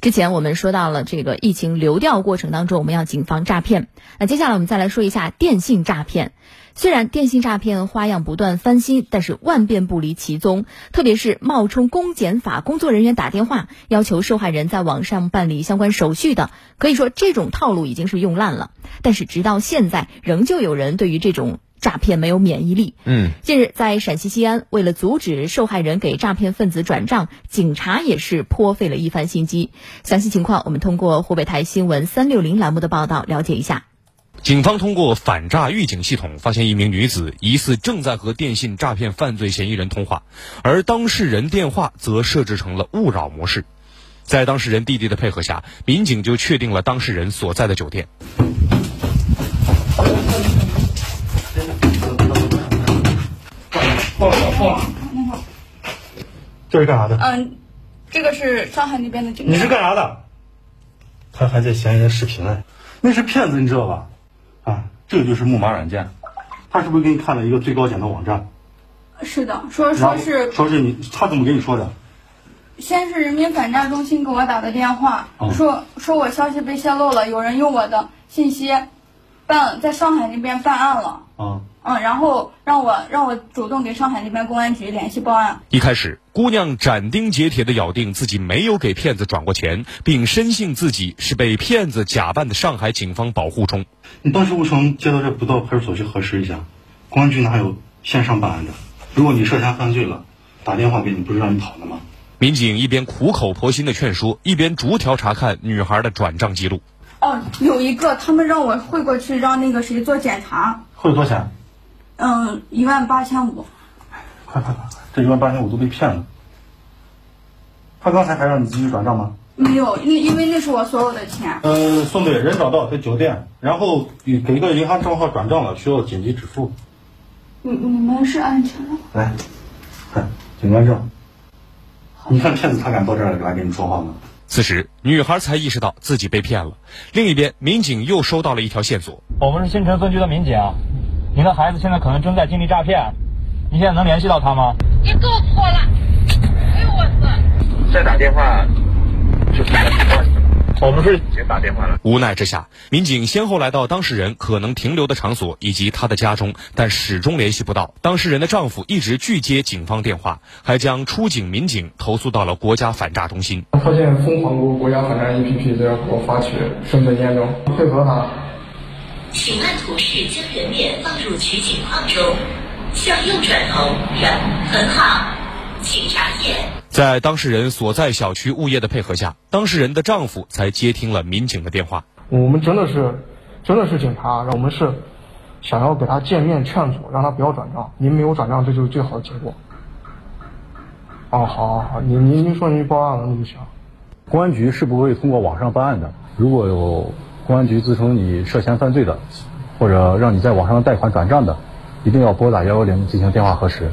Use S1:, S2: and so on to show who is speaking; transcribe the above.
S1: 之前我们说到了这个疫情流调过程当中，我们要谨防诈骗。那接下来我们再来说一下电信诈骗。虽然电信诈骗花样不断翻新，但是万变不离其宗，特别是冒充公检法工作人员打电话要求受害人在网上办理相关手续的，可以说这种套路已经是用烂了。但是直到现在，仍旧有人对于这种诈骗没有免疫力。
S2: 嗯，
S1: 近日，在陕西西安，为了阻止受害人给诈骗分子转账，警察也是颇费了一番心机。详细情况，我们通过湖北台新闻三六零栏目的报道了解一下。
S2: 警方通过反诈预警系统发现一名女子疑似正在和电信诈骗犯罪嫌疑人通话，而当事人电话则设置成了勿扰模式。在当事人弟弟的配合下，民警就确定了当事人所在的酒店。
S3: 报了报了，
S4: 这是干啥的？
S3: 嗯，这个是上海那边的警察。
S4: 你是干啥的？他还在嫌疑人视频哎，那是骗子，你知道吧？啊，这个就是木马软件，他是不是给你看了一个最高检的网站？
S3: 是的，说
S4: 然
S3: 说
S4: 后
S3: 是
S4: 说是你，他怎么跟你说的？
S3: 先是人民反诈中心给我打的电话，
S4: 哦
S3: 说说我消息被泄露了，有人用我的信息办在上海那边办案了，
S4: 啊，
S3: 嗯，然后让我让我主动给上海那边公安局联系报案。
S2: 一开始，姑娘斩钉截铁地咬定自己没有给骗子转过钱，并深信自己是被骗子假扮的上海警方保护中。
S4: 你当时为什么接到这不到派出所去核实一下？公安局哪有线上办案的？如果你涉嫌犯罪了，打电话给你不是让你跑的吗？
S2: 民警一边苦口婆心地劝说，一边逐条查看女孩的转账记录。
S3: 哦，有一个他们让我汇过去，让那个谁做检查，
S4: 汇了多少钱？
S3: 嗯，一万八千五。
S4: 快快快！这一万八千五都被骗了。他刚才还让你继续转账吗？
S3: 没有，那因为那是我所有的钱。
S4: 呃，宋队，人找到，在酒店，然后给给一个银行账号转账了，需要紧急止付。
S3: 你你们是安全的。
S4: 来，看警官证。你看骗子他敢到这儿来跟你说话吗？
S2: 此时，女孩才意识到自己被骗了。另一边，民警又收到了一条线索：
S5: 我们是新城分局的民警，您的孩子现在可能正在经历诈骗，您现在能联系到他吗？
S6: 你给我泼了，哎呦我操！
S7: 再打电话就是他电话，
S5: 我们是
S7: 直接打电话了。
S2: 无奈之下，民警先后来到当事人可能停留的场所以及他的家中，但始终联系不到。当事人的丈夫一直拒接警方电话，还将出警民警投诉到了国家反诈中心。
S8: 发现疯狂给我国家反诈 APP 在给我发起身份验证，配合他
S9: 请按图示将人脸放入取景框中，向右转头，然很好，请查验。
S2: 在当事人所在小区物业的配合下，当事人的丈夫才接听了民警的电话。
S8: 我们真的是，真的是警察，我们是想要给他见面劝阻，让他不要转账。您没有转账，这就是最好的结果。哦，好，好，好，您您您说您报案了，那就行。
S10: 公安局是不会通过网上办案的。如果有公安局自称你涉嫌犯罪的，或者让你在网上贷款转账的，一定要拨打幺幺零进行电话核实。